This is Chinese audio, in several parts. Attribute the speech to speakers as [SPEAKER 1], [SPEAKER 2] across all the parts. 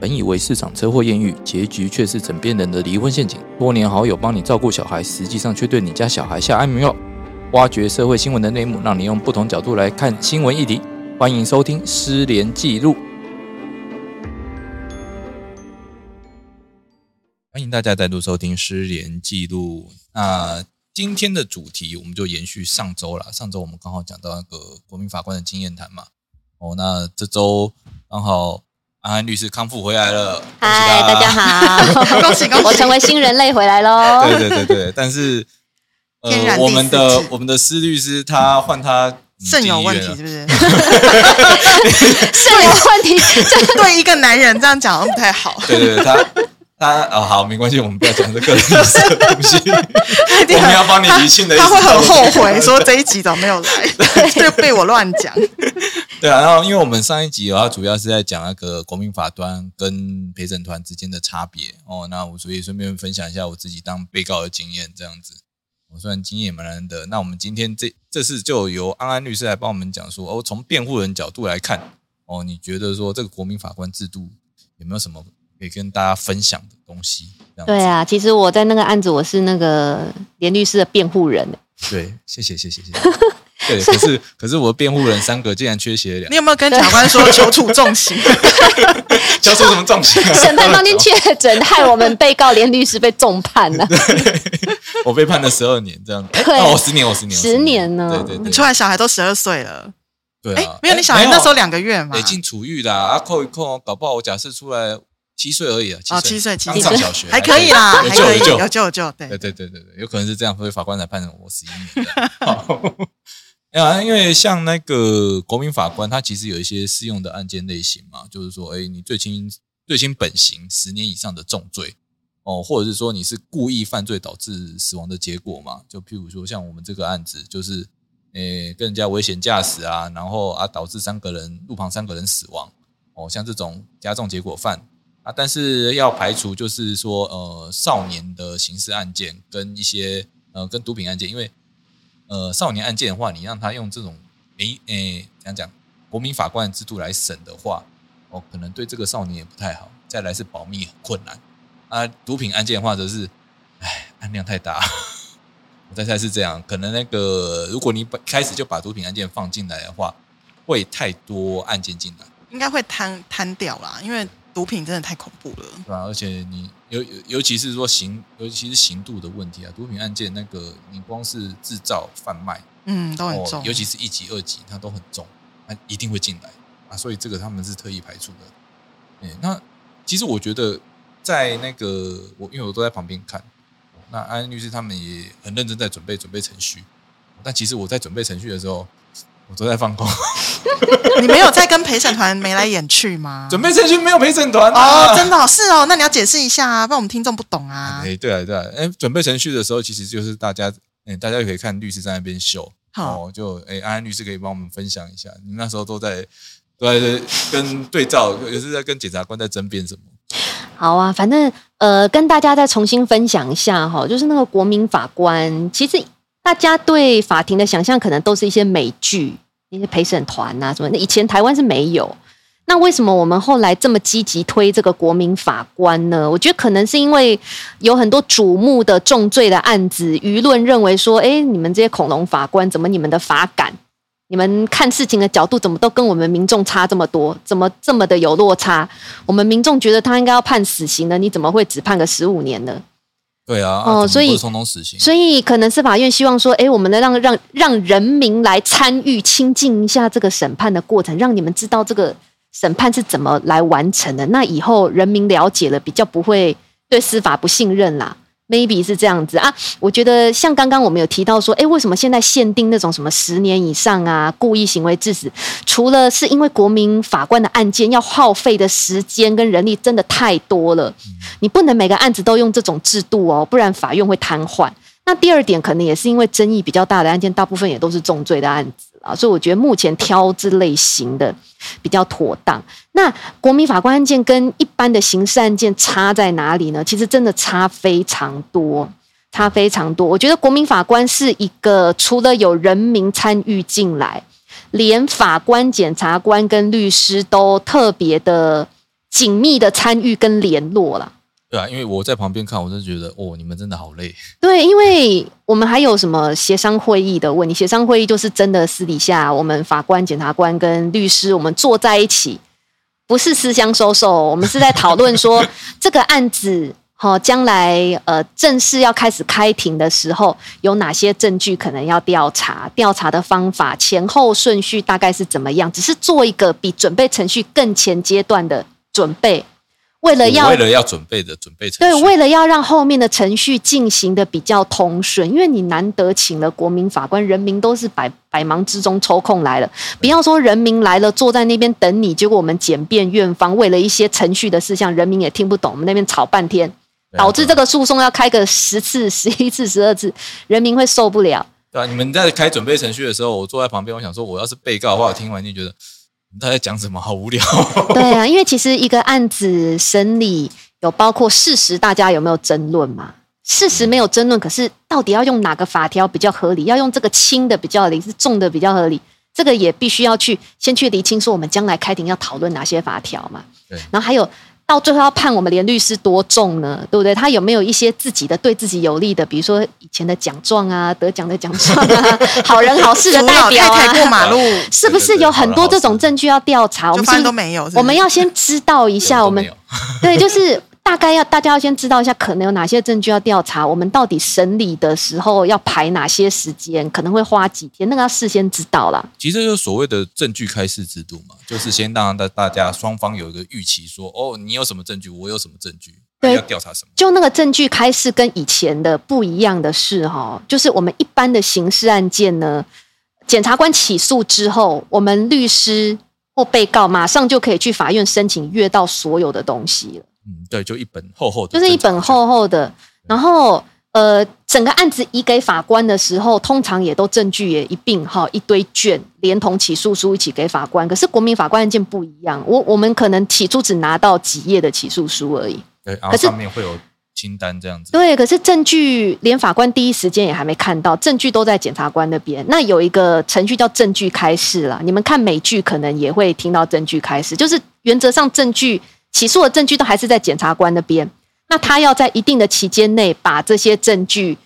[SPEAKER 1] 本以为市场车祸艳遇，结局却是枕边人的离婚陷阱。多年好友帮你照顾小孩，实际上却对你家小孩下安眠药。挖掘社会新闻的内幕，让你用不同角度来看新闻议题。欢迎收听《失联记录》。欢迎大家再度收听《失联记录》。那今天的主题，我们就延续上周啦。上周我们刚好讲到那个国民法官的经验谈嘛。哦，那这周刚好安安律师康复回来了，恭喜
[SPEAKER 2] 嗨，
[SPEAKER 1] 他
[SPEAKER 2] 大家。 好，
[SPEAKER 3] 恭喜恭喜
[SPEAKER 2] 我成为新人类回来 喽。
[SPEAKER 1] 对对对对，但是呃
[SPEAKER 3] 哦天然，第
[SPEAKER 1] 我们
[SPEAKER 3] 四
[SPEAKER 1] 的
[SPEAKER 3] 次
[SPEAKER 1] 我们的施律师他换他嗯
[SPEAKER 3] 肾有
[SPEAKER 1] 进医
[SPEAKER 3] 问
[SPEAKER 1] 院
[SPEAKER 3] 题
[SPEAKER 1] 了
[SPEAKER 3] 是不是？
[SPEAKER 2] 肾有问题，
[SPEAKER 3] 对一个男人这样讲好像不太好。
[SPEAKER 1] 对对对，他他哦好，没关系，我们不要讲这 个人的东西，我们要帮你理清的意思
[SPEAKER 3] 啊他会很后悔，说这一集怎么没有来，就被我乱讲。
[SPEAKER 1] 对啊，然后因为我们上一集的话，主要是在讲那个国民法官跟陪审团之间的差别哦。那我所以顺便分享一下我自己当被告的经验，这样子，我算经验也蛮难得。那我们今天这这次就由安安律师来帮我们讲说，哦，从辩护人角度来看，哦，你觉得说这个国民法官制度有没有什么可以跟大家分享的东西？这样子
[SPEAKER 2] 对，啊，其实我在那个案子，我是那个连律师的辩护 人。
[SPEAKER 1] 对，谢谢谢谢谢谢。对，可是可是我的辩护人三个竟然缺席了两 个，
[SPEAKER 3] 你有没有跟法官说求处重刑？
[SPEAKER 1] 教授什么重刑啊？
[SPEAKER 2] 审判当天确诊，害我们被告连律师被重判了。
[SPEAKER 1] 我被判了十二年，这 样，哎
[SPEAKER 2] 对
[SPEAKER 1] 哦，我十年，我十年，我
[SPEAKER 2] 10年呢
[SPEAKER 1] 对对
[SPEAKER 3] 你
[SPEAKER 1] 对，
[SPEAKER 3] 出来小孩都十二岁了，
[SPEAKER 1] 对
[SPEAKER 3] 哎
[SPEAKER 1] 啊，，
[SPEAKER 3] 没有，
[SPEAKER 1] 哎
[SPEAKER 3] 你小孩那时候两个月嘛
[SPEAKER 1] 得，进处遇啦，啊，扣一扣，搞不好我假设出来七岁而已啊，
[SPEAKER 3] 哦，七岁，七
[SPEAKER 1] 刚上
[SPEAKER 3] 岁
[SPEAKER 1] 小学，
[SPEAKER 3] 还可以啦，
[SPEAKER 1] 有
[SPEAKER 3] 还
[SPEAKER 1] 救
[SPEAKER 3] 可以，
[SPEAKER 1] 有救
[SPEAKER 3] 有，救有救，对
[SPEAKER 1] 对，对对对对，有可能是这样，所以法官才判我十一年这样。好啊，因为像那个国民法官，他其实有一些适用的案件类型嘛，就是说，哎，你最轻最轻本刑十年以上的重罪哦，或者是说你是故意犯罪导致死亡的结果嘛，就譬如说像我们这个案子，就是诶跟人家危险驾驶啊，然后啊导致三个人路旁三个人死亡哦，像这种加重结果犯，啊，但是要排除就是说，呃，少年的刑事案件跟一些呃跟毒品案件，因为呃少年案件的话，你让他用这种没诶怎样讲国民法官的制度来审的话，哦，可能对这个少年也不太好。再来是保密很困难啊，毒品案件的话则是，唉，案量太大。我在猜是这样，可能那个如果你把开始就把毒品案件放进来的话，会太多案件进来。
[SPEAKER 3] 应该会摊摊掉啦，因为毒品真的太恐怖了。
[SPEAKER 1] 对吧、而且你尤尤尤其是说刑，尤其是刑度的问题啊，毒品案件那个，你光是制造、贩卖，
[SPEAKER 3] 嗯，都很
[SPEAKER 1] 哦
[SPEAKER 3] 重，，
[SPEAKER 1] 尤其是一级、二级，它都很重，它一定会进来啊，所以这个他们是特意排除的。哎、那其实我觉得在那个我，因为我都在旁边看，哦那安安律师他们也很认真在准备准备程序，但其实我在准备程序的时候，我都在放空，
[SPEAKER 3] 你没有在跟陪审团眉来眼去吗？
[SPEAKER 1] 准备程序没有陪审团啊，
[SPEAKER 3] 哦，真的哦是哦，那你要解释一下啊，不然我们听众不懂啊
[SPEAKER 1] 哎、。对啊，对啊，哎、准备程序的时候，其实就是大家，哎、大家也可以看律师在那边秀，
[SPEAKER 3] 好
[SPEAKER 1] 哦，就哎、安安律师可以帮我们分享一下，你那时候都在都在跟对照，也是在跟检察官在争辩什么？
[SPEAKER 2] 好啊，反正呃，跟大家再重新分享一下哈，就是那个国民法官，其实大家对法庭的想象可能都是一些美剧、一些陪审团啊什么的，以前台湾是没有。那为什么我们后来这么积极推这个国民法官呢？我觉得可能是因为有很多瞩目的重罪的案子，舆论认为说，哎，你们这些恐龙法官，怎么你们的法感你们看事情的角度怎么都跟我们民众差这么多，怎么这么的有落差？我们民众觉得他应该要判死刑的，你怎么会只判个十五年呢？
[SPEAKER 1] 对啊，啊怎
[SPEAKER 2] 哦
[SPEAKER 1] 么
[SPEAKER 2] 所以
[SPEAKER 1] 不是从从死刑，
[SPEAKER 2] 所以可能司法院希望说，诶，我们能让让让人民来参与、亲近一下这个审判的过程，让你们知道这个审判是怎么来完成的。那以后人民了解了，比较不会对司法不信任啦。Maybe 是这样子啊，我觉得像刚刚我们有提到说，诶，为什么现在限定那种什么十年以上啊，故意行为致死，除了是因为国民法官的案件要耗费的时间跟人力真的太多了，你不能每个案子都用这种制度哦，不然法院会瘫痪。那第二点，可能也是因为争议比较大的案件，大部分也都是重罪的案子啊，所以我觉得目前挑这类型的比较妥当。那国民法官案件跟一般的刑事案件差在哪里呢？其实真的差非常多，差非常多。我觉得国民法官是一个除了有人民参与进来，连法官、检察官跟律师都特别的紧密的参与跟联络啦。
[SPEAKER 1] 对啊，因为我在旁边看，我就觉得哦，你们真的好累。
[SPEAKER 2] 对，因为我们还有什么协商会议的问题？协商会议就是真的私底下，我们法官、检察官跟律师，我们坐在一起，不是私相收受，我们是在讨论说这个案子，好、将来呃正式要开始开庭的时候，有哪些证据可能要调查，调查的方法、前后顺序大概是怎么样？只是做一个比准备程序更前阶段的准备，为了
[SPEAKER 1] 我
[SPEAKER 2] 要
[SPEAKER 1] 为了要准备的准备程
[SPEAKER 2] 对，
[SPEAKER 1] 序，
[SPEAKER 2] 为了要让后面的程序进行的比较通顺，因为你难得请了国民法官，人民都是百百忙之中抽空来了，不要说人民来了坐在那边等你，结果我们检辩院方为了一些程序的事项，人民也听不懂，我们那边吵半天，
[SPEAKER 1] 对啊
[SPEAKER 2] 导致这个诉讼要开个十次、十一次、十二次，人民会受不了。
[SPEAKER 1] 对啊，你们在开准备程序的时候，我坐在旁边，我想说，我要是被告的话，我听完就觉得你们到底在讲什么，好无聊。
[SPEAKER 2] 对啊，因为其实一个案子审理有包括事实，大家有没有争论嘛？事实没有争论，可是到底要用哪个法条比较合理？要用这个轻的比较合理，是重的比较合理？这个也必须要去先去厘清，说我们将来开庭要讨论哪些法条嘛
[SPEAKER 1] 对。
[SPEAKER 2] 然后还有到最后要判我们连律师多重呢，对不对？他有没有一些自己的对自己有利的，比如说以前的奖状啊、得奖的奖状 啊、好人好事的
[SPEAKER 3] 扶
[SPEAKER 2] 代
[SPEAKER 3] 老
[SPEAKER 2] 表
[SPEAKER 3] 太太过
[SPEAKER 2] 啊，
[SPEAKER 3] 马路，
[SPEAKER 2] 是不是有很多这种
[SPEAKER 1] 证？
[SPEAKER 2] 证据要调查？我
[SPEAKER 3] 就
[SPEAKER 2] 们
[SPEAKER 3] 发
[SPEAKER 2] 是
[SPEAKER 3] 现都没有。是不是
[SPEAKER 2] 我们要先知道一下，我们
[SPEAKER 1] 有 都没有
[SPEAKER 2] 对，就是大概要大家要先知道一下，可能有哪些证据要调查，我们到底审理的时候要排哪些时间，可能会花几天，那个要事先知道啦。
[SPEAKER 1] 其实就是所谓的证据开示制度嘛，就是先让大大家双方有一个预期说，哦，你有什么证据，我有什么证据，
[SPEAKER 2] 对
[SPEAKER 1] 要调查什么。
[SPEAKER 2] 就那个证据开示跟以前的不一样的是，哈，就是我们一般的刑事案件呢，检察官起诉之后，我们律师或被告马上就可以去法院申请阅到所有的东西了。
[SPEAKER 1] 嗯，对，就一本厚厚的
[SPEAKER 2] 就
[SPEAKER 1] 证
[SPEAKER 2] 是
[SPEAKER 1] 据，
[SPEAKER 2] 一本厚厚的。然后呃，整个案子移给法官的时候，通常也都证据也一并哈一堆卷，连同起诉书一起给法官。可是国民法官案件不一样，我我们可能起诉只拿到几页的起诉书而已。
[SPEAKER 1] 对，然后
[SPEAKER 2] 可是
[SPEAKER 1] 上面会有清单这样子。
[SPEAKER 2] 对，可是证据连法官第一时间也还没看到，证据都在检察官那边。那有一个程序叫证据开示啦，你们看美剧可能也会听到证据开示，就是原则上证据起诉的证据都还是在检察官那边，那他要在一定的期间内把这些证据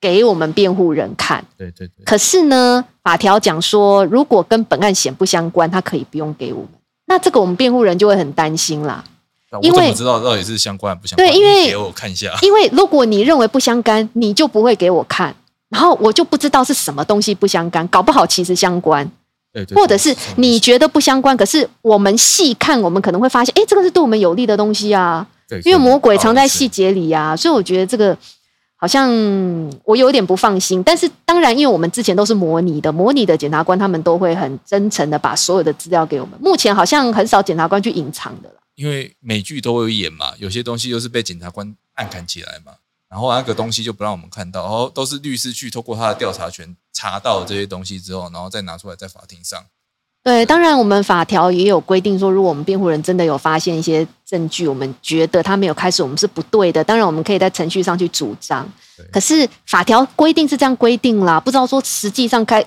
[SPEAKER 2] 给我们辩护人看。
[SPEAKER 1] 对对对，
[SPEAKER 2] 可是呢，法条讲说，如果跟本案显不相关，他可以不用给我们。那这个我们辩护人就会很担心啦。
[SPEAKER 1] 那我
[SPEAKER 2] 因
[SPEAKER 1] 怎
[SPEAKER 2] 为
[SPEAKER 1] 么知道到底是相关还不相关？
[SPEAKER 2] 对因为
[SPEAKER 1] 你给我看一下。
[SPEAKER 2] 因为如果你认为不相干，你就不会给我看，然后我就不知道是什么东西不相干，搞不好其实相关，
[SPEAKER 1] 对对，对
[SPEAKER 2] 或者是你觉得不相关，可是我们细看，我们可能会发现，哎，这个是对我们有利的东西啊，
[SPEAKER 1] 对
[SPEAKER 2] 因为魔鬼
[SPEAKER 1] 可能
[SPEAKER 2] 藏在
[SPEAKER 1] 是
[SPEAKER 2] 细节里啊，所以我觉得这个。好像我有点不放心，但是当然，因为我们之前都是模拟的，模拟的检察官他们都会很真诚的把所有的资料给我们。目前好像很少检察官去隐藏的了。
[SPEAKER 1] 因为美剧都会有演嘛，有些东西就是被检察官暗砍起来嘛，然后那个东西就不让我们看到，然后都是律师去透过他的调查权查到这些东西之后，然后再拿出来在法庭上。
[SPEAKER 2] 对，当然我们法条也有规定说，如果我们辩护人真的有发现一些证据，我们觉得他没有开始，我们是不对的。当然，我们可以在程序上去主张
[SPEAKER 1] 对。
[SPEAKER 2] 可是法条规定是这样规定啦，不知道说实际上开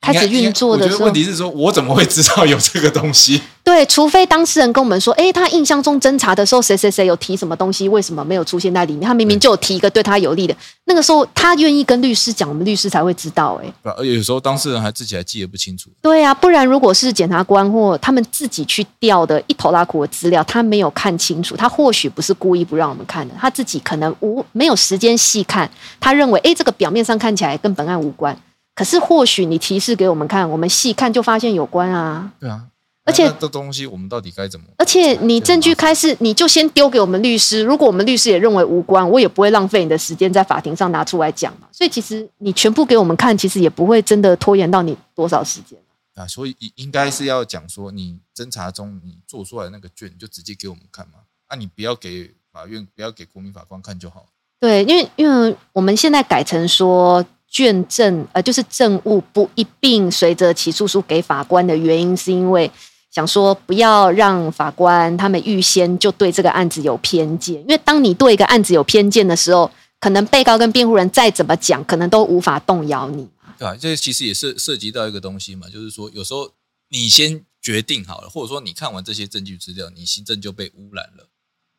[SPEAKER 2] 开始
[SPEAKER 1] 应该
[SPEAKER 2] 运作的
[SPEAKER 1] 应该我觉得
[SPEAKER 2] 时候
[SPEAKER 1] 问，题是说，我怎么会知道有这个东西？
[SPEAKER 2] 对，除非当事人跟我们说，诶，他印象中侦查的时候谁谁谁有提什么东西，为什么没有出现在里面？他明明
[SPEAKER 1] 对
[SPEAKER 2] 就有提一个对他有利的，那个时候他愿意跟律师讲，我们律师才会知道、诶。
[SPEAKER 1] 对吧而且有时候当事人还自己还记得不清楚。
[SPEAKER 2] 对啊，不然如果是检察官或他们自己去调的一头拉苦的资料，他没有看清楚，他或许不是故意不让我们看的，他自己可能无没有时间细看，他认为诶这个表面上看起来跟本案无关，可是或许你提示给我们看，我们细看就发现有关啊。
[SPEAKER 1] 对啊，
[SPEAKER 2] 而且
[SPEAKER 1] 那那这东西我们到底该怎么？
[SPEAKER 2] 而且你证据开示，你就先丢给我们律师。如果我们律师也认为无关，我也不会浪费你的时间在法庭上拿出来讲嘛。所以其实你全部给我们看，其实也不会真的拖延到你多少时间。
[SPEAKER 1] 啊，所以应应该是要讲说，你侦查中你做出来的那个卷，你就直接给我们看嘛。啊，你不要给法院，不要给国民法官看就好。
[SPEAKER 2] 对，因为因为我们现在改成说卷证，呃，就是证物不一并随着起诉书给法官的原因，是因为想说不要让法官他们预先就对这个案子有偏见，因为当你对一个案子有偏见的时候，可能被告跟辩护人再怎么讲，可能都无法动摇你。
[SPEAKER 1] 对啊，这其实也是涉及到一个东西嘛，就是说有时候你先决定好了，或者说你看完这些证据资料，你行政就被污染了。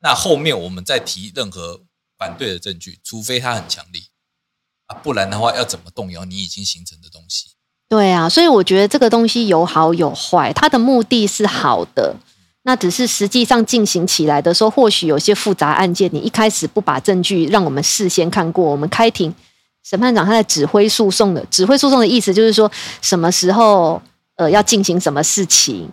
[SPEAKER 1] 那后面我们再提任何反对的证据，除非它很强力啊，不然的话要怎么动摇你已经形成的东西？
[SPEAKER 2] 对啊，所以我觉得这个东西有好有坏，它的目的是好的，那只是实际上进行起来的时候，或许有些复杂案件，你一开始不把证据让我们事先看过，我们开庭，审判长他在指挥诉讼的，指挥诉讼的意思就是说什么时候呃要进行什么事情，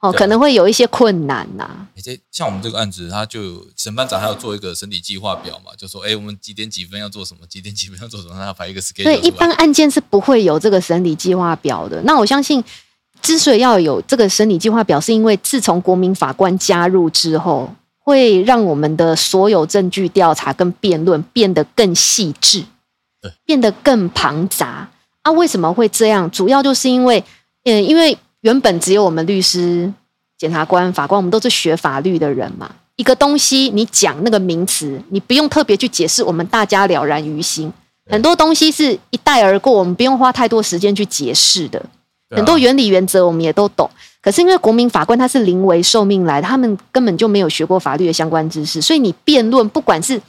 [SPEAKER 2] 哦，
[SPEAKER 1] 对
[SPEAKER 2] 可能会有一些困难呐、
[SPEAKER 1] 诶这像我们这个案子，他就有审判长还要做一个审理计划表嘛，就说哎，诶我们几点几分要做什么，几点几分要做什么，他要排一个 schedule
[SPEAKER 2] 所以一
[SPEAKER 1] 出来
[SPEAKER 2] 般案件是不会有这个审理计划表的。那我相信，之所以要有这个审理计划表，是因为自从国民法官加入之后，会让我们的所有证据调查跟辩论变得更细致
[SPEAKER 1] 对，
[SPEAKER 2] 变得更庞杂。啊，为什么会这样？主要就是因为，嗯，因为原本只有我们律师、检察官、法官，我们都是学法律的人嘛。一个东西，你讲那个名词，你不用特别去解释，我们大家了然于心。很多东西是一带而过，我们不用花太多时间去解释的。
[SPEAKER 1] 对啊
[SPEAKER 2] 很多原理原则我们也都懂，可是因为国民法官他是临危受命来的，他们根本就没有学过法律的相关知识，所以你辩论，不管是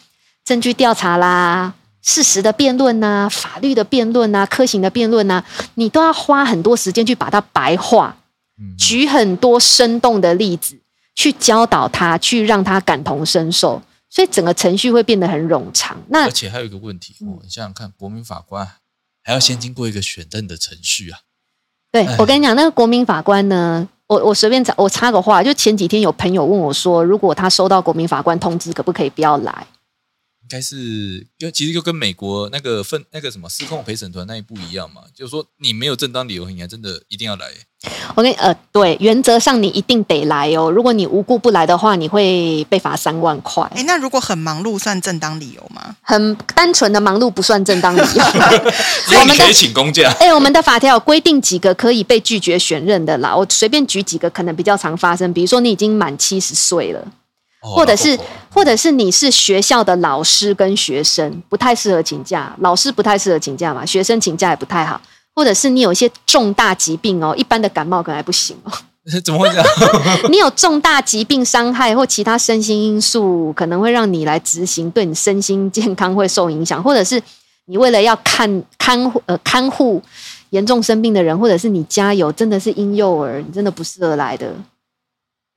[SPEAKER 2] 证据调查啦、事实的辩论呐、法律的辩论呐、科刑的辩论呐、你都要花很多时间去把它白话，
[SPEAKER 1] 嗯
[SPEAKER 2] 举很多生动的例子去教导他，去让他感同身受，所以整个程序会变得很冗长。那
[SPEAKER 1] 而且还有一个问题，
[SPEAKER 2] 嗯
[SPEAKER 1] 哦，你想想看，国民法官还要先经过一个选任的程序啊。
[SPEAKER 2] 对
[SPEAKER 1] 哎
[SPEAKER 2] 我跟你讲，那个国民法官呢，我我随便插我插个话，就前几天有朋友问我说，如果他收到国民法官通知，可不可以不要来？
[SPEAKER 1] 应该是就其实就跟美国那个分那个什么失控陪审团那一部一样嘛，就是说你没有正当理由，你还真的一定要来。
[SPEAKER 2] 我跟你呃，对，原则上你一定得来哦，如果你无故不来的话，你会被罚三万块。
[SPEAKER 3] 哎，那如果很忙碌算正当理由吗？
[SPEAKER 2] 很单纯的忙碌不算正当理 由。
[SPEAKER 1] 所以
[SPEAKER 2] 我
[SPEAKER 1] 你
[SPEAKER 2] 们
[SPEAKER 1] 可以
[SPEAKER 2] 的
[SPEAKER 1] 请公假。
[SPEAKER 2] 哎、我们的法条有规定几个可以被拒绝选任的啦，我随便举几个可能比较常发生，比如说你已经满七十岁了。
[SPEAKER 1] 哦
[SPEAKER 2] 或者是
[SPEAKER 1] 老婆婆
[SPEAKER 2] 或者是你是学校的老师跟学生，不太适合请假，老师不太适合请假嘛，学生请假也不太好。或者是你有一些重大疾病哦，一般的感冒可能还不行 哦。
[SPEAKER 1] 怎么会这样？
[SPEAKER 2] 你有重大疾病伤害或其他身心因素，可能会让你来执行，对你身心健康会受影响。或者是你为了要看看护呃看护严重生病的人，或者是你家有真的是婴幼儿，你真的不适合来的，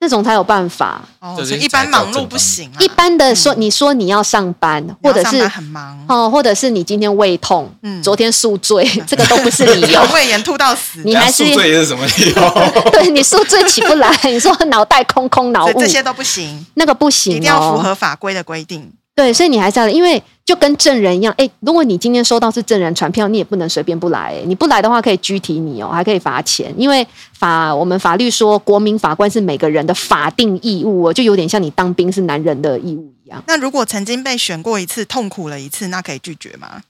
[SPEAKER 2] 那种才有办法。
[SPEAKER 3] 哦，
[SPEAKER 1] 这
[SPEAKER 3] 所以
[SPEAKER 1] 是
[SPEAKER 3] 一般
[SPEAKER 1] 才叫正
[SPEAKER 3] 忙碌
[SPEAKER 1] 当
[SPEAKER 3] 不
[SPEAKER 1] 理
[SPEAKER 3] 行啊，
[SPEAKER 2] 一般的说，你说你要上班，或者
[SPEAKER 3] 你要上
[SPEAKER 2] 是
[SPEAKER 3] 班很忙，
[SPEAKER 2] 哦，或者是你今天胃痛，
[SPEAKER 3] 嗯
[SPEAKER 2] 昨天宿 醉，这个都不是理由
[SPEAKER 3] 肠。胃炎吐到死，
[SPEAKER 2] 你还是
[SPEAKER 1] 宿醉是什么理由？
[SPEAKER 2] 对你宿醉起不 来，你说脑袋空空脑
[SPEAKER 3] 所以
[SPEAKER 2] 雾
[SPEAKER 3] 这，些都不行，
[SPEAKER 2] 那个不
[SPEAKER 3] 一
[SPEAKER 2] 行
[SPEAKER 3] 定要符
[SPEAKER 2] 哦。
[SPEAKER 3] 合法规的规定。
[SPEAKER 2] 对，所以你还是要，因为就跟证人一样，哎，如果你今天收到是证人传票，你也不能随便不来，哎你不来的话可以拘提你哦，还可以罚钱，因为法我们法律说国民法官是每个人的法定义务哦，就有点像你当兵是男人的义务一样。
[SPEAKER 3] 那如果曾经被选过一次，痛苦了一次，那可以拒绝吗？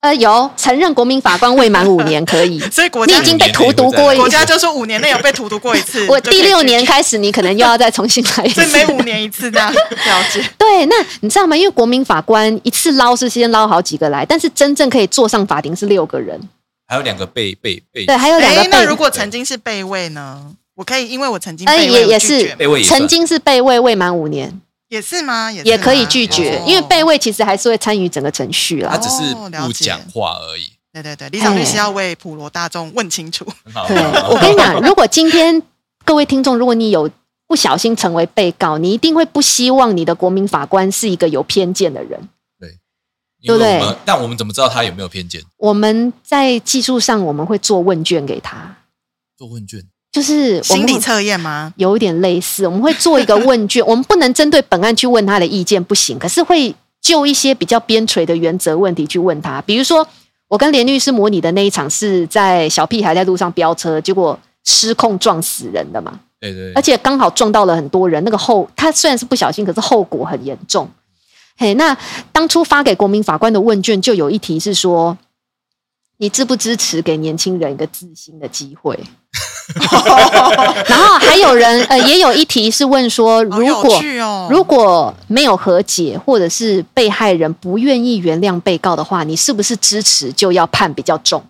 [SPEAKER 2] 呃，有承认国民法官未满五年可 以，
[SPEAKER 3] 所以国
[SPEAKER 2] 你
[SPEAKER 3] 家
[SPEAKER 2] 已经被荼毒过一
[SPEAKER 3] 国家就说五年内有被荼毒过一 次，
[SPEAKER 2] 我
[SPEAKER 3] 你就可以
[SPEAKER 2] 第六
[SPEAKER 3] 拒绝
[SPEAKER 2] 年，开始，你可能又要再重新来一
[SPEAKER 3] 所
[SPEAKER 2] 次
[SPEAKER 3] 以。每五年一次这样了解。
[SPEAKER 2] 对，那你知道吗？因为国民法官一次捞是先捞好几个来，但是真正可以坐上法庭是六个人。
[SPEAKER 1] 还有两个被被被
[SPEAKER 2] 对，还有两个
[SPEAKER 3] 哎，那
[SPEAKER 2] 被
[SPEAKER 3] 如果曾经是备位呢？我可以因为我曾经
[SPEAKER 2] 哎
[SPEAKER 3] 备位
[SPEAKER 2] 也
[SPEAKER 3] 我
[SPEAKER 2] 也
[SPEAKER 3] 拒
[SPEAKER 2] 是
[SPEAKER 3] 绝吗
[SPEAKER 1] 被位也算
[SPEAKER 2] 曾经是被位未满五年，
[SPEAKER 3] 也是吗？也是
[SPEAKER 2] 也可以
[SPEAKER 3] 吗
[SPEAKER 2] 拒绝
[SPEAKER 3] 哦，
[SPEAKER 2] 因为被位其实还是会参与整个程序
[SPEAKER 1] 他
[SPEAKER 2] 啦。
[SPEAKER 1] 只是
[SPEAKER 3] 哦
[SPEAKER 1] 不
[SPEAKER 3] 了解
[SPEAKER 1] 讲话而已。
[SPEAKER 3] 对对对，李长律师
[SPEAKER 2] 哎
[SPEAKER 3] 要为普罗大众问清楚，
[SPEAKER 1] 很好
[SPEAKER 2] 对，，
[SPEAKER 3] 哦
[SPEAKER 2] 我跟你讲，如果今天各位听众，如果你有不小心成为被告，你一定会不希望你的国民法官是一个有偏见的人。
[SPEAKER 1] 因为
[SPEAKER 2] 对
[SPEAKER 1] 我们但我们怎么知道他有没有偏见？
[SPEAKER 2] 我们在技术上我们会做问卷给他，
[SPEAKER 1] 做问卷，
[SPEAKER 2] 就是我
[SPEAKER 3] 心
[SPEAKER 2] 们
[SPEAKER 3] 理
[SPEAKER 2] 会
[SPEAKER 3] 测验吗？
[SPEAKER 2] 有一点类似，我们会做一个问卷， 我们不能针对本案去问他的意见，不行。可是会就一些比较边陲的原则问题去问他，比如说我跟连律师模拟的那一场是在小屁孩在路上飙车，结果失控撞死人的嘛，
[SPEAKER 1] 对对对，
[SPEAKER 2] 而且刚好撞到了很多人，那个后他虽然是不小心，可是后果很严重。嘿，那当初发给国民法官的问卷就有一题是说，你支不支持给年轻人一个自新的机 会？然后还有人呃，也有一题是问说，
[SPEAKER 3] 好
[SPEAKER 2] 如
[SPEAKER 3] 有
[SPEAKER 2] 果、
[SPEAKER 3] 趣哦，
[SPEAKER 2] 如果没有和解，或者是被害人不愿意原谅被告的话，你是不是支持就要判比较重？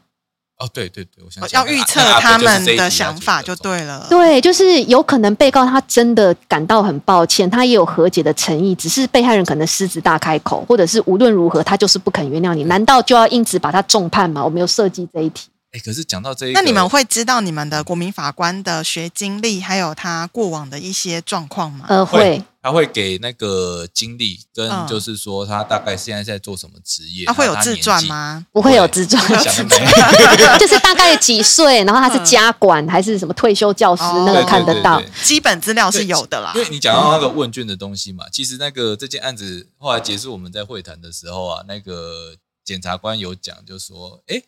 [SPEAKER 1] 哦，对对对，我想起来
[SPEAKER 3] 要预测
[SPEAKER 1] 那那
[SPEAKER 3] 他
[SPEAKER 1] upper 就是
[SPEAKER 3] 们
[SPEAKER 1] 这一集要
[SPEAKER 3] 的想法就
[SPEAKER 1] 做的。
[SPEAKER 3] 对了。
[SPEAKER 2] 对，就是有可能被告他真的感到很抱歉，他也有和解的诚意，只是被害人可能狮子大开口，或者是无论如何他就是不肯原谅你，难道就要因此把他重判吗？我没有设计这一题。
[SPEAKER 1] 哎，可是讲到这一个，
[SPEAKER 3] 那你们会知道你们的国民法官的学经历，还有他过往的一些状况吗？
[SPEAKER 2] 呃，会，
[SPEAKER 1] 他会给那个经历跟
[SPEAKER 3] 嗯
[SPEAKER 1] 就是说他大概现在在做什么职业？
[SPEAKER 3] 他会有
[SPEAKER 1] 然后他
[SPEAKER 3] 自
[SPEAKER 1] 年
[SPEAKER 3] 传
[SPEAKER 1] 纪？
[SPEAKER 3] 吗？
[SPEAKER 2] 不会有自传，
[SPEAKER 1] 想得美
[SPEAKER 2] 就是大概几岁，然后他是家管还是什么退休教师，
[SPEAKER 3] 哦
[SPEAKER 2] 那
[SPEAKER 1] 对
[SPEAKER 2] 个
[SPEAKER 1] 对
[SPEAKER 2] 看得
[SPEAKER 1] 对
[SPEAKER 2] 到
[SPEAKER 1] 对。
[SPEAKER 3] 基本资料是有的啦
[SPEAKER 1] 因。为你讲到那个问卷的东西嘛，其实那个这件案子后来结束，我们在会谈的时候啊，那个检察官有讲，就说，哎，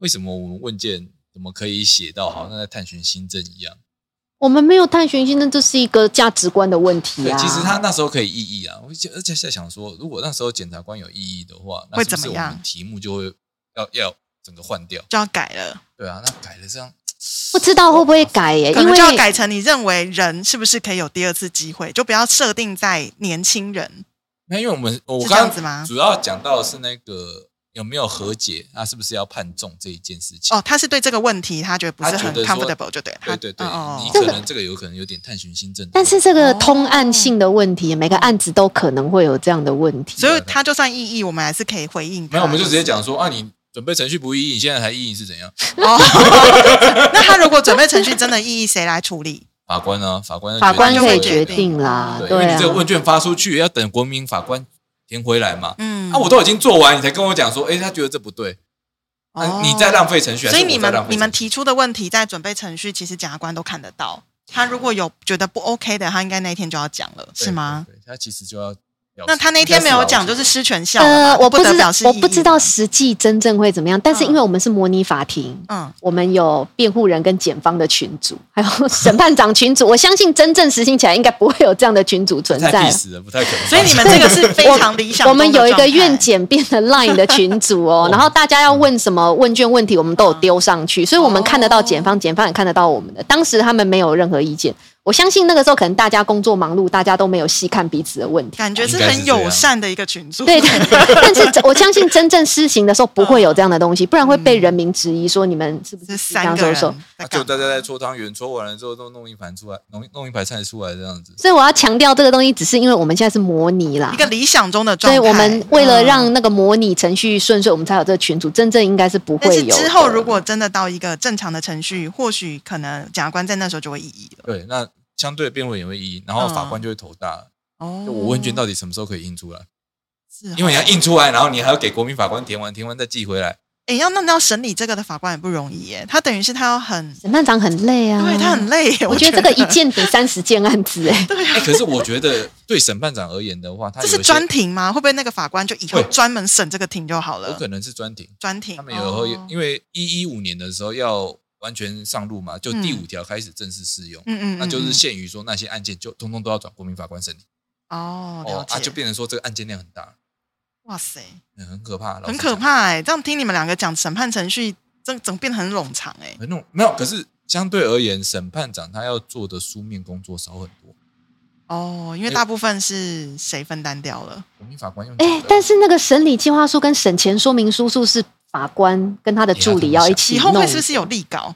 [SPEAKER 1] 为什么我们问卷怎么可以写到好像在探寻新政一样？
[SPEAKER 2] 我们没有探寻性，那这是一个价值观的问题
[SPEAKER 1] 对
[SPEAKER 2] 啊。，
[SPEAKER 1] 其实他那时候可以异议啊，我就而且在想说，如果那时候检察官有异议的话，那
[SPEAKER 3] 会
[SPEAKER 1] 是不
[SPEAKER 3] 怎
[SPEAKER 1] 是
[SPEAKER 3] 么
[SPEAKER 1] 我
[SPEAKER 3] 样
[SPEAKER 1] 们题目就会要要整个换掉？
[SPEAKER 3] 就要改了，
[SPEAKER 1] 对啊，那改了这样，
[SPEAKER 2] 不知道会不会改耶、
[SPEAKER 3] 可
[SPEAKER 2] 因
[SPEAKER 3] 能
[SPEAKER 2] 为
[SPEAKER 3] 就要改成你认为人是不是可以有第二次机会，就不要设定在年轻人。
[SPEAKER 1] 那因为我们我
[SPEAKER 3] 是这样
[SPEAKER 1] 刚
[SPEAKER 3] 子吗
[SPEAKER 1] 刚主要讲到的是那个有没有和解，那是不是要判重这一件事情？
[SPEAKER 3] 哦，他是对这个问题他觉得不是很
[SPEAKER 1] 他觉得说
[SPEAKER 3] comfortable，就对了。他
[SPEAKER 1] 对对对，
[SPEAKER 3] 哦
[SPEAKER 1] 你
[SPEAKER 3] 哦
[SPEAKER 1] 可能这个有可能有点探寻新政，
[SPEAKER 2] 但是这个
[SPEAKER 3] 哦
[SPEAKER 2] 通案性的问题，每个案子都可能会有这样的问题。
[SPEAKER 3] 所以他就算异议，我们还是可以回应他。
[SPEAKER 1] 没有，我们就直接讲说啊，你准备程序不异议，你现在还异议是怎样？
[SPEAKER 3] 哦， 那他如果准备程序真的异议，谁来处理？
[SPEAKER 1] 法官呢？法官
[SPEAKER 2] 法官
[SPEAKER 3] 就
[SPEAKER 2] 可
[SPEAKER 3] 会
[SPEAKER 2] 以
[SPEAKER 3] 决
[SPEAKER 2] 决
[SPEAKER 3] 定哦
[SPEAKER 2] 定啦，
[SPEAKER 1] 对，因
[SPEAKER 2] 对
[SPEAKER 1] 为你
[SPEAKER 2] 啊
[SPEAKER 1] 这。个问卷发出去，要等国民法官填回来嘛。
[SPEAKER 3] 嗯，
[SPEAKER 1] 啊，我都已经做完，你才跟我讲说，哎，他觉得这不对，
[SPEAKER 3] 哦
[SPEAKER 1] 啊你在浪费程序，还
[SPEAKER 3] 所以
[SPEAKER 1] 是我
[SPEAKER 3] 你
[SPEAKER 1] 在
[SPEAKER 3] 们
[SPEAKER 1] 浪费
[SPEAKER 3] 你们
[SPEAKER 1] 程序
[SPEAKER 3] 提出的问题，在准备程序，其实检察官都看得到。他如果有觉得不 OK 的，他应该那一天就要讲了，
[SPEAKER 1] 对
[SPEAKER 3] 是吗？
[SPEAKER 1] 对，对他其实就要。
[SPEAKER 3] 那他那一天没有讲，就是失权效了
[SPEAKER 2] 呃
[SPEAKER 3] 嘛，，
[SPEAKER 2] 我
[SPEAKER 3] 不
[SPEAKER 2] 不
[SPEAKER 3] 得
[SPEAKER 2] 知
[SPEAKER 3] 表
[SPEAKER 2] 道
[SPEAKER 3] 示，
[SPEAKER 2] 我
[SPEAKER 3] 异议
[SPEAKER 2] 不知道。实际真正会怎么样，但是因为我们是模拟法庭，
[SPEAKER 3] 嗯，
[SPEAKER 2] 我们有辩护人跟检方的群组，还有 审判长群组，我相信真正实行起来应该不会有这样的群组存
[SPEAKER 1] 太
[SPEAKER 2] 在
[SPEAKER 1] 必。死了，不太可能。
[SPEAKER 3] 所以你们这个是非常理想
[SPEAKER 2] 我
[SPEAKER 3] 中的
[SPEAKER 2] 们有一个
[SPEAKER 3] 状态
[SPEAKER 2] 院检辩的 LINE 的群组 哦，然后大家要问什么问卷问题，我们
[SPEAKER 3] 嗯
[SPEAKER 2] 都有丢上去，所以我们看得
[SPEAKER 3] 哦
[SPEAKER 2] 到检方，检方也看得到我们的。当时他们没有任何意见，我相信那个时候可能大家工作忙碌，大家都没有细看彼此的问题。
[SPEAKER 3] 感觉是
[SPEAKER 1] 应该是
[SPEAKER 3] 很友善的一个群组。
[SPEAKER 2] 对，但但是我相信真正施行的时候不会有这样的东西，不然会被人民质疑说你们是不是
[SPEAKER 3] 这三
[SPEAKER 2] 三
[SPEAKER 3] 个
[SPEAKER 2] 收
[SPEAKER 3] 人
[SPEAKER 2] 手。
[SPEAKER 3] 在
[SPEAKER 1] 啊
[SPEAKER 3] 干
[SPEAKER 1] 就
[SPEAKER 3] 嘛
[SPEAKER 1] 大家在搓汤圆，搓完了之后都弄一盘出来，弄弄一盘菜出来这样子。
[SPEAKER 2] 所以我要强调这个东西，只是因为我们现在是模拟啦
[SPEAKER 3] 一，个理想中的状
[SPEAKER 2] 所以
[SPEAKER 3] 态。
[SPEAKER 2] 我们为了
[SPEAKER 3] 嗯
[SPEAKER 2] 让那个模拟程序顺遂，我们才有这个群组。真正应该是不
[SPEAKER 3] 但
[SPEAKER 2] 会
[SPEAKER 3] 是
[SPEAKER 2] 有的。
[SPEAKER 3] 之后如果真的到一个正常的程序，或许可能检察官在那时候就会异议了。
[SPEAKER 1] 对，那相对辩护人也会异议，然后
[SPEAKER 3] 嗯
[SPEAKER 1] 法官就会头大。
[SPEAKER 3] 哦
[SPEAKER 1] 就我问卷到底什么时候可以印出来？
[SPEAKER 3] 是哦
[SPEAKER 1] 因为你要印出来，然后你还要给国民法官填完，填完再寄回来。
[SPEAKER 3] 哎，要那要审理这个的法官也不容易耶，他等于是他要很，
[SPEAKER 2] 审判长很累啊，
[SPEAKER 3] 对他很累耶。
[SPEAKER 2] 我
[SPEAKER 3] 我
[SPEAKER 2] 觉得这个一
[SPEAKER 3] 件
[SPEAKER 2] 件比三十件案子、哎，
[SPEAKER 1] 哎、可是我觉得对审判长而言的话，他
[SPEAKER 3] 啊这
[SPEAKER 1] 有
[SPEAKER 3] 是
[SPEAKER 1] 一些
[SPEAKER 3] 专庭吗？会不会那个法官就以后
[SPEAKER 1] 会
[SPEAKER 3] 专门审这个庭就好
[SPEAKER 1] 有
[SPEAKER 3] 了？
[SPEAKER 1] 可能是专庭，
[SPEAKER 3] 专庭，
[SPEAKER 1] 他们有会、
[SPEAKER 3] 哦
[SPEAKER 1] 因为一一五年的时候要完全上路嘛，就第五条开始正式适用，
[SPEAKER 3] 嗯嗯嗯，
[SPEAKER 1] 那就
[SPEAKER 3] 嗯
[SPEAKER 1] 是限于说那些案件就通通都要转国民法官审理。
[SPEAKER 3] 哦，了
[SPEAKER 1] 哦，啊，就
[SPEAKER 3] 解。
[SPEAKER 1] 变成说这个案件量很大，
[SPEAKER 3] 哇塞，
[SPEAKER 1] 嗯很可怕，老实
[SPEAKER 3] 很可
[SPEAKER 1] 讲，
[SPEAKER 3] 怕哎！这样听你们两个讲审判程序，整整变得很冗长哎。
[SPEAKER 1] 很弄没有。可是相对而言，审判长他要做的书面工作少很多，
[SPEAKER 3] 哦，因为
[SPEAKER 1] 哎
[SPEAKER 3] 大部分是谁分担掉了？
[SPEAKER 1] 国民法官用
[SPEAKER 2] 哎、
[SPEAKER 1] 讲的
[SPEAKER 2] 但是那个审理计划书跟审前说明书是是法官跟他的助理要一起
[SPEAKER 3] 以后
[SPEAKER 2] 弄
[SPEAKER 3] 会
[SPEAKER 2] 的。
[SPEAKER 3] 是不是有立稿？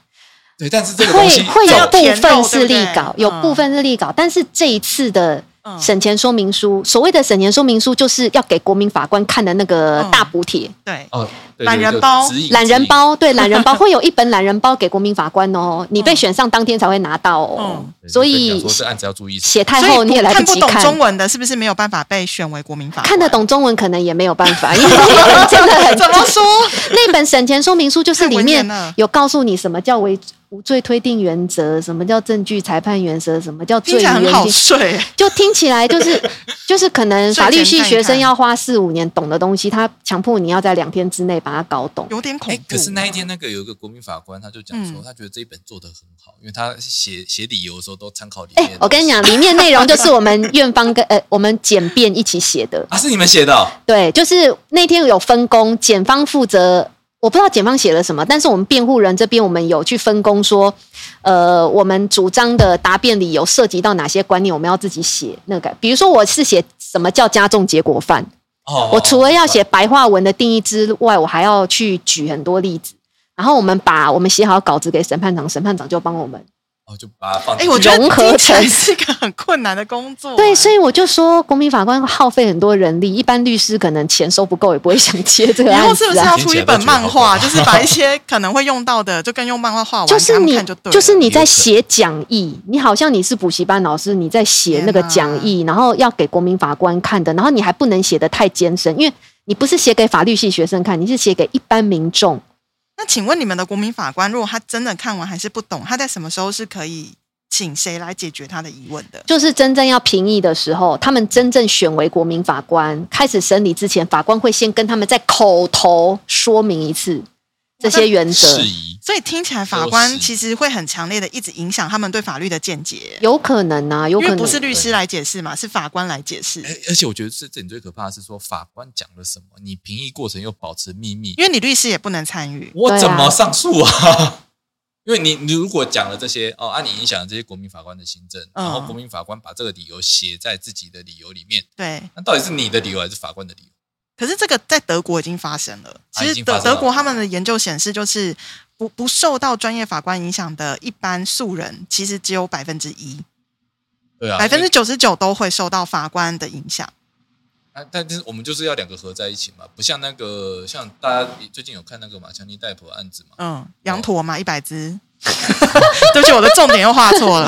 [SPEAKER 1] 对，但是这个东西
[SPEAKER 2] 会会有
[SPEAKER 3] 要
[SPEAKER 2] 部
[SPEAKER 3] 填
[SPEAKER 2] 分
[SPEAKER 3] 肉
[SPEAKER 2] 是立
[SPEAKER 3] 对不对
[SPEAKER 2] 稿，有
[SPEAKER 3] 嗯
[SPEAKER 2] 部分是立稿，但是这一次的
[SPEAKER 3] 嗯
[SPEAKER 2] 审前说明书，所谓的审前说明书，就是要给国民法官看的那个
[SPEAKER 3] 嗯
[SPEAKER 2] 大补帖、
[SPEAKER 3] 对，
[SPEAKER 1] 哦，对
[SPEAKER 3] 懒人包
[SPEAKER 2] 懒人， 包，对，懒人包会有一本懒人包给国民法官哦，你被选上当天才会拿到哦
[SPEAKER 3] 嗯，
[SPEAKER 1] 对
[SPEAKER 2] 所
[SPEAKER 1] 就跟你
[SPEAKER 2] 以
[SPEAKER 1] 讲说这案子要注意什么。
[SPEAKER 2] 写太
[SPEAKER 3] 所
[SPEAKER 2] 厚
[SPEAKER 3] 以
[SPEAKER 2] 你也来
[SPEAKER 3] 看不
[SPEAKER 2] 及
[SPEAKER 3] 懂
[SPEAKER 2] 看。
[SPEAKER 3] 中文的，是不是没有办法被选为国民法官？
[SPEAKER 2] 看得懂中文可能也没有办 法，因为那本真的很
[SPEAKER 3] 怎么说？
[SPEAKER 2] 那本审前说明书就是
[SPEAKER 3] 太
[SPEAKER 2] 里
[SPEAKER 3] 文言
[SPEAKER 2] 面
[SPEAKER 3] 了
[SPEAKER 2] 有告诉你什么叫为无罪推定原则，什么叫证据裁判原则，什么叫
[SPEAKER 3] 听
[SPEAKER 2] 罪
[SPEAKER 3] 起
[SPEAKER 2] 疑
[SPEAKER 3] 来
[SPEAKER 2] 原
[SPEAKER 3] 很好
[SPEAKER 2] 定，
[SPEAKER 3] 睡欸。
[SPEAKER 2] 就听起来就是就是可能法律系学生要花四五年懂的东西，他强迫你要在两天之内把它搞懂。
[SPEAKER 3] 有点恐
[SPEAKER 1] 哎
[SPEAKER 3] 怖。，
[SPEAKER 1] 可是那一天那个有一个国民法官，他就讲说，
[SPEAKER 3] 嗯
[SPEAKER 1] 他觉得这一本做的很好，因为他写写理由的时候都参考里
[SPEAKER 2] 哎、
[SPEAKER 1] 面。
[SPEAKER 2] 我跟你，讲，里面内容就是我们院方跟呃我们检辩一起写的，
[SPEAKER 1] 啊，是你们写的哦，
[SPEAKER 2] 对，就是那天有分工，检方负责，我不知道检方写了什么，但是我们辩护人这边我们有去分工说，呃，我们主张的答辩理由涉及到哪些观念，我们要自己写那个，比如说我是写什么叫加重结果犯，
[SPEAKER 1] 哦，
[SPEAKER 2] 我除了要写白话文的定义之外，我还要去举很多例子。然后我们把我们写好稿子给审判长，审判长就帮我们。
[SPEAKER 1] 哦，就把它放进
[SPEAKER 3] 哎，
[SPEAKER 1] 去。
[SPEAKER 3] 我觉得
[SPEAKER 2] 融合
[SPEAKER 3] 听起来
[SPEAKER 2] 成
[SPEAKER 3] 是一个很困难的工作。
[SPEAKER 2] 对，所以我就说，国民法官耗费很多人力，一般律师可能钱收不够，也不会想接这个
[SPEAKER 3] 哎以
[SPEAKER 2] 案
[SPEAKER 3] 后是不
[SPEAKER 2] 子
[SPEAKER 3] 是
[SPEAKER 2] 啊。
[SPEAKER 3] 要出一本漫画，就是把一些可能会用到的，就跟用漫画画完，
[SPEAKER 2] 就是
[SPEAKER 3] 给他们
[SPEAKER 2] 你
[SPEAKER 3] 看就对，了，
[SPEAKER 2] 就是你在写讲义，你好像你是补习班老师，你在写那个讲义，然后要给国民法官看的，然后你还不能写的太艰深，因为你不是写给法律系学生看，你是写给一般民众。
[SPEAKER 3] 那请问你们的国民法官，如果他真的看完还是不懂，他在什么时候是可以请谁来解决他的疑问的？
[SPEAKER 2] 就是真正要评议的时候，他们真正选为国民法官，开始审理之前，法官会先跟他们在口头说明一次这些原则。
[SPEAKER 1] 适宜，
[SPEAKER 3] 所以听起来法
[SPEAKER 1] 都
[SPEAKER 3] 官
[SPEAKER 1] 是
[SPEAKER 3] 其实会很强烈的一直影响他们对法律的见解，
[SPEAKER 2] 有可能啊，有
[SPEAKER 3] 因
[SPEAKER 2] 可
[SPEAKER 3] 为
[SPEAKER 2] 能
[SPEAKER 3] 不是律师来解释嘛，是法官来解释。
[SPEAKER 1] 而哎而且我觉得这这里最可怕的是说，法官讲了什么，你评议过程又保持秘密，
[SPEAKER 3] 因为你律师也不能参与，
[SPEAKER 1] 我
[SPEAKER 2] 对
[SPEAKER 1] 怎
[SPEAKER 2] 啊
[SPEAKER 1] 么上诉啊？因为你你如果讲了这些哦，啊，你影响了这些国民法官的行政，
[SPEAKER 3] 嗯
[SPEAKER 1] 然后国民法官把这个理由写在自己的理由里面，
[SPEAKER 3] 对。
[SPEAKER 1] 那到底是你的理由还是法官的理由？
[SPEAKER 3] 可是这个在德国已经发生了，
[SPEAKER 1] 啊
[SPEAKER 3] 其
[SPEAKER 1] 已
[SPEAKER 3] 实
[SPEAKER 1] 经
[SPEAKER 3] 德
[SPEAKER 1] 发生了
[SPEAKER 3] 德国他们的研究显示，就是不不受到专业法官影响的一般素人，其实只有百分之一，
[SPEAKER 1] 对啊，
[SPEAKER 3] 百分
[SPEAKER 1] 因
[SPEAKER 3] 之
[SPEAKER 1] 为
[SPEAKER 3] 九十九都会受到法官的影响。
[SPEAKER 1] 啊，但是我们就是要两个合在一起嘛，不像那个像大家最近有看那个嘛，强尼戴普的案子嘛，
[SPEAKER 3] 嗯，
[SPEAKER 1] 哦
[SPEAKER 3] 羊驼嘛，一百只。 对不起，我的重点又画 错
[SPEAKER 1] 哦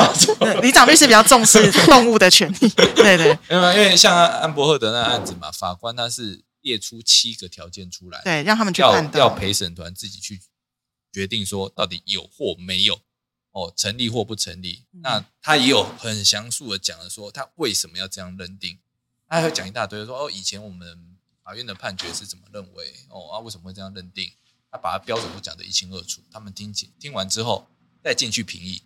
[SPEAKER 3] 了。李长律师比较重视动物的权利，对对
[SPEAKER 1] 因为因为像安伯赫德那案子嘛，法官他是列出七个条件出来，
[SPEAKER 3] 对，让他们去
[SPEAKER 1] 要
[SPEAKER 3] 判
[SPEAKER 1] 要
[SPEAKER 3] 断。
[SPEAKER 1] 陪审团自己去决定说到底有或没有哦，成立或不成立。
[SPEAKER 3] 嗯
[SPEAKER 1] 那他也有很详述的讲了说他为什么要这样认定，他还会讲一大堆说哦，以前我们法院的判决是怎么认为哦啊，为什么会这样认定？他把他标准都讲得一清二楚，他们听起听完之后再进去评议，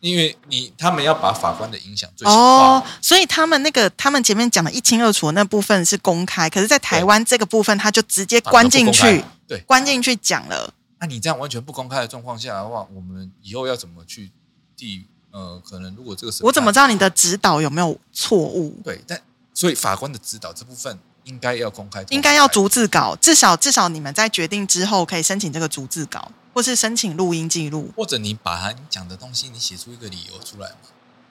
[SPEAKER 1] 因为你他们要把法官的影响最小化。
[SPEAKER 3] 哦，所以他们那个他们前面讲的一清二楚的那部分是公开，可是，在台湾这个部分，他就直接
[SPEAKER 1] 反而
[SPEAKER 3] 关
[SPEAKER 1] 啊不
[SPEAKER 3] 进
[SPEAKER 1] 公开
[SPEAKER 3] 去，
[SPEAKER 1] 对，
[SPEAKER 3] 关进去讲了。
[SPEAKER 1] 那你这样完全不公开的状况下的话，我们以后要怎么去替呃，可能如果这个审判
[SPEAKER 3] 我怎么知道你的指导有没有错误？
[SPEAKER 1] 对？但所以法官的指导这部分应该要公开，
[SPEAKER 3] 应该要逐字稿，至少至少你们在决定之后可以申请这个逐字稿，或是申请录音记录。
[SPEAKER 1] 或者你把他讲的东西，你写出一个理由出来嘛？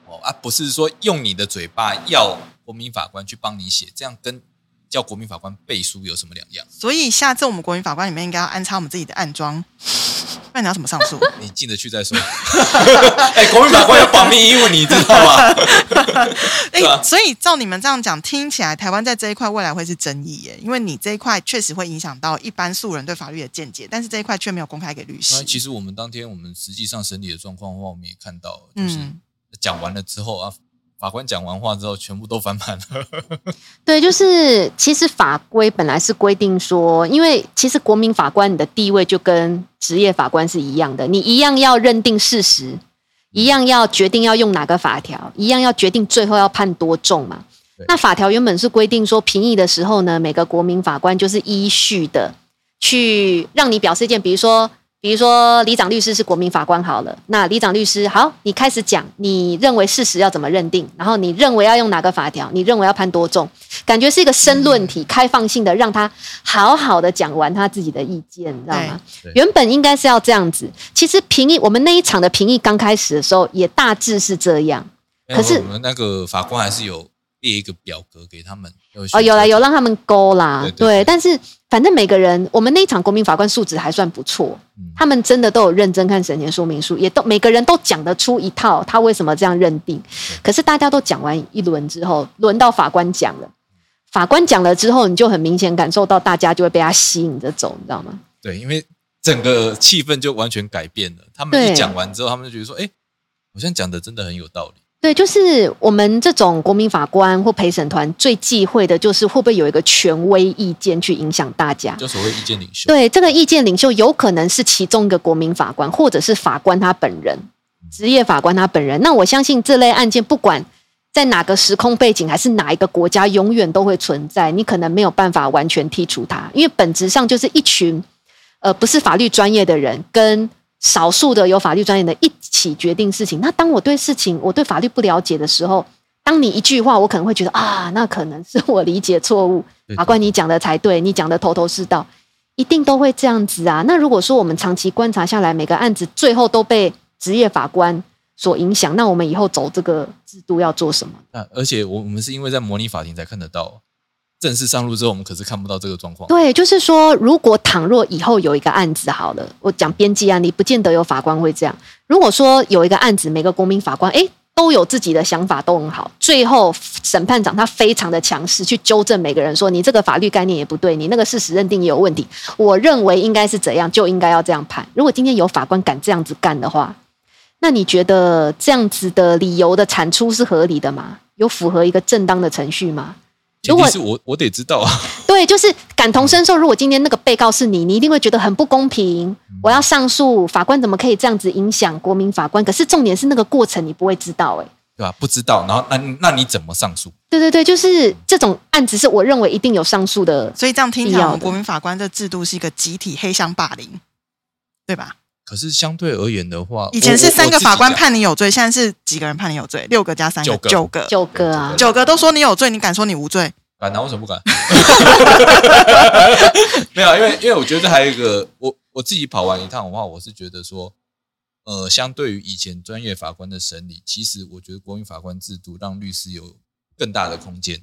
[SPEAKER 1] 哦啊，不是说用你的嘴巴要国民法官去帮你写，这样跟叫国民法官背书有什么两样？
[SPEAKER 3] 所以下次我们国民法官里面应该要安插我们自己的暗装， 不然你要怎么上诉？
[SPEAKER 1] 你进得去再说。 哎、国民法官有保密义务，你知道吗？
[SPEAKER 3] 哎、
[SPEAKER 1] 对啊
[SPEAKER 3] 所以照你们这样讲，听起来台湾在这一块未来会是争议耶，因为你这一块确实会影响到一般素人对法律的见解，但是这一块却没有公开给律
[SPEAKER 1] 那
[SPEAKER 3] 师。
[SPEAKER 1] 其实我们当天我们实际上审理的状况的话，我们也看到，就是。
[SPEAKER 3] 嗯，
[SPEAKER 1] 讲完了之后啊，法官讲完话之后，全部都翻 盘了。
[SPEAKER 2] 对，就是其实法规本来是规定说，因为其实国民法官你的地位就跟职业法官是一样的，你一样要认定事实，一样要决定要用哪个法条，一样要决定最后要判多重嘛
[SPEAKER 1] 对。
[SPEAKER 2] 那法条原本是规定说，评议的时候呢，每个国民法官就是依序的去让你表示意见，比如说。比如说，李长律师是国民法官好了，那李长律师好，你开始讲，你认为事实要怎么认定，然后你认为要用哪个法条，你认为要判多重，感觉是一个申论题，开放性的让他好好的讲完他自己的意见，你知道吗
[SPEAKER 1] 对？对
[SPEAKER 2] 原本应该是要这样子。其实评议，我们那一场的评议刚开始的时候，也大致是这样。可是
[SPEAKER 1] 我们那个法官还是有列一个表格给他们。
[SPEAKER 2] 哦，有啦有
[SPEAKER 1] 了，
[SPEAKER 2] 让他们勾啦，
[SPEAKER 1] 对对对
[SPEAKER 2] 但是反正每个人，我们那一场国民法官素质还算不错，
[SPEAKER 1] 嗯
[SPEAKER 2] 他们真的都有认真看审前说明书，也都每个人都讲得出一套他为什么这样认定。可是大家都讲完一轮之后，轮到法官讲了。法官讲了之后，你就很明显感受到大家就会被他吸引着走，你知道吗？
[SPEAKER 1] 对，因为整个气氛就完全改变了。他们
[SPEAKER 2] 对
[SPEAKER 1] 一讲完之后，他们就觉得说，哎，好像讲的真的很有道理。
[SPEAKER 2] 对，就是我们这种国民法官或陪审团最忌讳的就是会不会有一个权威意见去影响大家。
[SPEAKER 1] 就所谓意见领袖，，
[SPEAKER 2] 对，这个意见领袖有可能是其中一个国民法官，或者是法官他本人，职业法官他本人。那我相信这类案件，不管在哪个时空背景，还是哪一个国家，永远都会存在。你可能没有办法完全剔除它，因为本质上就是一群呃不是法律专业的人跟。少数的有法律专业的一起决定事情。那当我对事情、我对法律不了解的时候，当你一句话，我可能会觉得啊，那可能是我理解错误
[SPEAKER 1] 对。
[SPEAKER 2] 法官，你讲的才对，你讲的头头是道。一定都会这样子啊。那如果说我们长期观察下来，每个案子最后都被职业法官所影响，那我们以后走这个制度要做什么？
[SPEAKER 1] 那而且我我们是因为在模拟法庭才看得到，正式上路之后我们可是看不到这个状况。
[SPEAKER 2] 对，就是说，如果倘若以后有一个案子好了，我讲边际案例，不见得有法官会这样。如果说有一个案子，每个公民法官诶都有自己的想法，都很好，最后审判长他非常的强势去纠正每个人说，你这个法律概念也不对，你那个事实认定也有问题，我认为应该是怎样，就应该要这样判。如果今天有法官敢这样子干的话，那你觉得这样子的理由的产出是合理的吗？有符合一个正当的程序吗？
[SPEAKER 1] 前
[SPEAKER 2] 如
[SPEAKER 1] 提
[SPEAKER 2] 果
[SPEAKER 1] 是我我得知道啊，
[SPEAKER 2] 对，就是感同身受。如果今天那个被告是你，你一定会觉得很不公平。我要上诉，法官怎么可以这样子影响国民法官？可是重点是那个过程你不会知道、欸，
[SPEAKER 1] 对吧？不知道，然后那那你怎么上诉？
[SPEAKER 2] 对对对，就是这种案子是我认为一定有上诉的。
[SPEAKER 3] 所以这样听起
[SPEAKER 2] 必
[SPEAKER 3] 来，
[SPEAKER 2] 要
[SPEAKER 3] 我们
[SPEAKER 2] 的
[SPEAKER 3] 国民法官的制度是一个集体黑箱霸凌，对吧？
[SPEAKER 1] 可是相对而言的话，
[SPEAKER 3] 以前
[SPEAKER 1] 我
[SPEAKER 3] 是
[SPEAKER 1] 我
[SPEAKER 3] 三个
[SPEAKER 1] 我自己
[SPEAKER 3] 法官
[SPEAKER 1] 啊
[SPEAKER 3] 判你有罪，现在是几个人判你有罪？六个加三个，
[SPEAKER 1] 九个
[SPEAKER 3] 九个，
[SPEAKER 2] 九个啊，
[SPEAKER 3] 九个都说你有罪，你敢说你无罪？
[SPEAKER 1] 敢啊拿为什么不敢？ 没有，因为因为我觉得还有一个，我我自己跑完一趟的话，我是觉得说，呃，相对于以前专业法官的审理，其实我觉得国民法官制度让律师有更大的空间。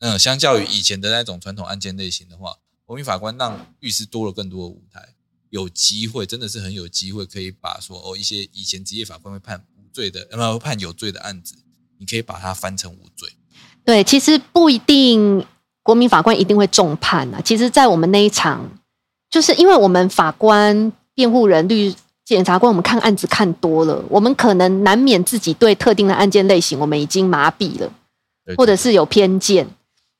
[SPEAKER 1] 嗯、相较于以前的那种传统案件类型的话，国民法官让律师多了更多的舞台，有机会，真的是很有机会可以把说哦一些以前职业法官会判无罪的，呃，判有罪的案子，你可以把它翻成无罪。
[SPEAKER 2] 对，其实不一定国民法官一定会重判啊。其实，在我们那一场，就是因为我们法官、辩护人、律检察官，我们看案子看多了，我们可能难免自己对特定的案件类型，我们已经麻痹了。
[SPEAKER 1] 对
[SPEAKER 2] 或者是有偏见。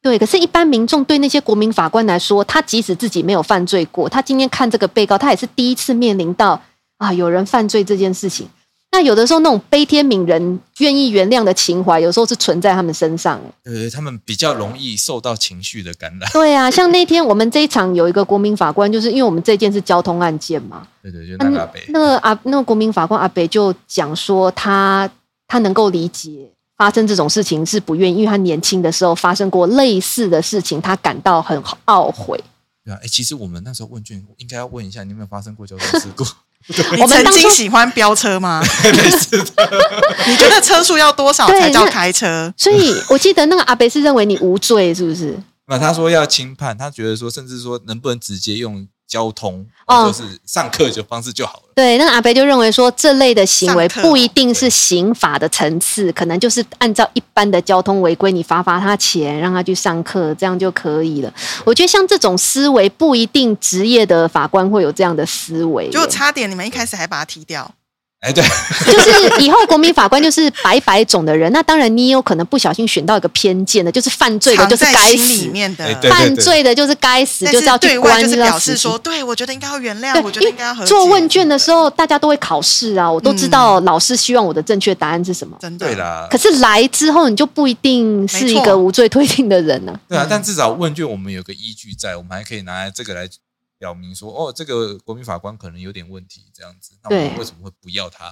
[SPEAKER 2] 对，可是，一般民众对那些国民法官来说，他即使自己没有犯罪过，他今天看这个被告，他也是第一次面临到啊有人犯罪这件事情。那有的时候，那种悲天悯人、愿意原谅的情怀，有时候是存在他们身上。
[SPEAKER 1] 呃，他们比较容易受到情绪的感染。
[SPEAKER 2] 对啊，像那天我们这一场有一个国民法官，就是因为我们这件是交通案件嘛，
[SPEAKER 1] 对对，就
[SPEAKER 2] 那
[SPEAKER 1] 那个阿北，
[SPEAKER 2] 嗯那个阿那个国民法官阿北就讲说他，他能够理解发生这种事情是不愿意，因为他年轻的时候发生过类似的事情，他感到很懊悔。
[SPEAKER 1] 对啊，哎，其实我们那时候问卷应该要问一下，你有没有发生过交通事故？
[SPEAKER 3] 你
[SPEAKER 2] 我们
[SPEAKER 3] 曾
[SPEAKER 2] 当初
[SPEAKER 3] 经喜欢飙 车吗？你觉得车速要多少
[SPEAKER 2] 对
[SPEAKER 3] 才叫
[SPEAKER 2] 那
[SPEAKER 3] 开车？
[SPEAKER 2] 所 以我记得那个阿北是认为你无罪，是不是？
[SPEAKER 1] 那他说要轻判，他觉得说，甚至说能不能直接用交通，
[SPEAKER 2] 哦
[SPEAKER 1] 就是上课就方式就好了。
[SPEAKER 2] 对，那个阿北就认为说这类的行为
[SPEAKER 3] 上课
[SPEAKER 2] 不一定是刑法的层次，可能就是按照一般的交通违规，你罚罚他钱，让他去上课，这样就可以了。我觉得像这种思维，不一定职业的法官会有这样的思维耶。
[SPEAKER 3] 就差点你们一开始还把它踢掉，
[SPEAKER 1] 哎，对，
[SPEAKER 2] 就是以后国民法官就是百百种的人， 那当然你也有可能不小心选到一个偏见的，就是犯罪的
[SPEAKER 3] 藏
[SPEAKER 2] 就是
[SPEAKER 3] 在
[SPEAKER 2] 该
[SPEAKER 3] 心里
[SPEAKER 2] 死，
[SPEAKER 3] 面
[SPEAKER 1] 哎
[SPEAKER 3] 的。
[SPEAKER 1] 对
[SPEAKER 2] 犯罪的就是该死，
[SPEAKER 3] 但
[SPEAKER 2] 就是要
[SPEAKER 3] 是
[SPEAKER 2] 去
[SPEAKER 3] 对外
[SPEAKER 2] 关，
[SPEAKER 3] 就是
[SPEAKER 2] 要
[SPEAKER 3] 表
[SPEAKER 2] 死
[SPEAKER 3] 示
[SPEAKER 2] 刑
[SPEAKER 3] 说，对我觉得应该要原谅，我觉
[SPEAKER 2] 对，
[SPEAKER 3] 得
[SPEAKER 2] 因
[SPEAKER 3] 应该要和
[SPEAKER 2] 为
[SPEAKER 3] 解。
[SPEAKER 2] 做问卷的时候，大家都会考试啊，我都知道
[SPEAKER 3] 嗯
[SPEAKER 2] 老师希望我的正确答案是什么。
[SPEAKER 3] 真的
[SPEAKER 1] 对，啦
[SPEAKER 2] 可，是来之后，你就不一定是一
[SPEAKER 3] 没
[SPEAKER 2] 个
[SPEAKER 3] 错
[SPEAKER 2] 无罪推定的人呢、
[SPEAKER 1] 对啊
[SPEAKER 3] 嗯，
[SPEAKER 1] 但至少问卷我们有个依据在，我们还可以拿来这个来表明说，哦，这个国民法官可能有点问题，这样子，那我们
[SPEAKER 2] 对
[SPEAKER 1] 为什么会不要他？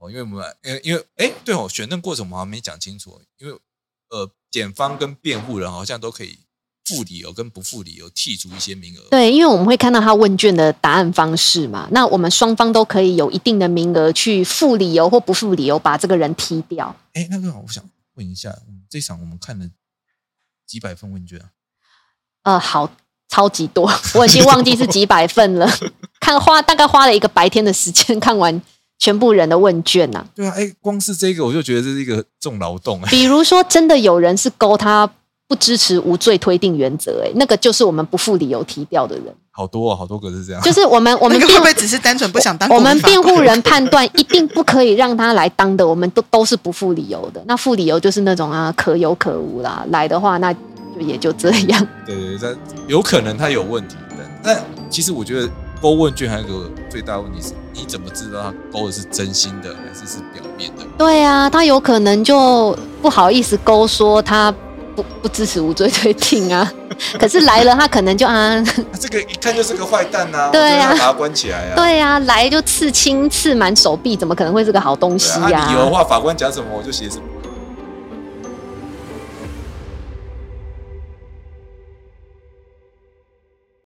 [SPEAKER 1] 哦，因为我们，因为因为，哎，对哦，选任过程我们好像没讲清楚，因为呃，检方跟辩护人好像都可以附理由跟不附理由剔除一些名额，
[SPEAKER 2] 对，因为我们会看到他问卷的答案方式嘛，那我们双方都可以有一定的名额去付理由或不付理由把这个人踢掉。
[SPEAKER 1] 哎，那个好我想问一下，我们这场我们看了几百份问卷啊？
[SPEAKER 2] 呃，好，超级多，我已经忘记是几百份了。 看花大概花了一个白天的时间 看完全部人的问卷呐、
[SPEAKER 1] 对啊，哎，光是这个我就觉得这是一个重劳动哎、
[SPEAKER 2] 比如说，真的有人是勾他不支持无罪推定原则，哎，那个就是我们不负理由踢掉的人，
[SPEAKER 1] 好多哦，好多个是这样，
[SPEAKER 2] 就是我们我们
[SPEAKER 3] 那个
[SPEAKER 2] 辩
[SPEAKER 3] 会不会只是单纯不想当
[SPEAKER 2] 我
[SPEAKER 3] 国
[SPEAKER 2] 们
[SPEAKER 3] 民法
[SPEAKER 2] 辩
[SPEAKER 3] 官
[SPEAKER 2] 护人判断一定不可以让他来当的，我们都都是不负理由的。那负理由就是那种啊，可有可无啦，来的话那就也就这样。
[SPEAKER 1] 对对对，但有可能他有问题，但但其实我觉得勾问卷还有个最大的问题是，你怎么知道他勾的是真心的还是是表面的？
[SPEAKER 2] 对啊，他有可能就不好意思勾说他不不支持无罪推 定啊，可是来了他可能就啊，
[SPEAKER 1] 他这个一看就是个坏蛋呐、啊，
[SPEAKER 2] 对啊
[SPEAKER 1] 我就要把他关起来啊。
[SPEAKER 2] 对啊，来就刺青刺满手臂，怎么可能会是个好东西
[SPEAKER 1] 对啊，
[SPEAKER 2] 呀、
[SPEAKER 1] 啊理由的话，法官讲什么我就写什么。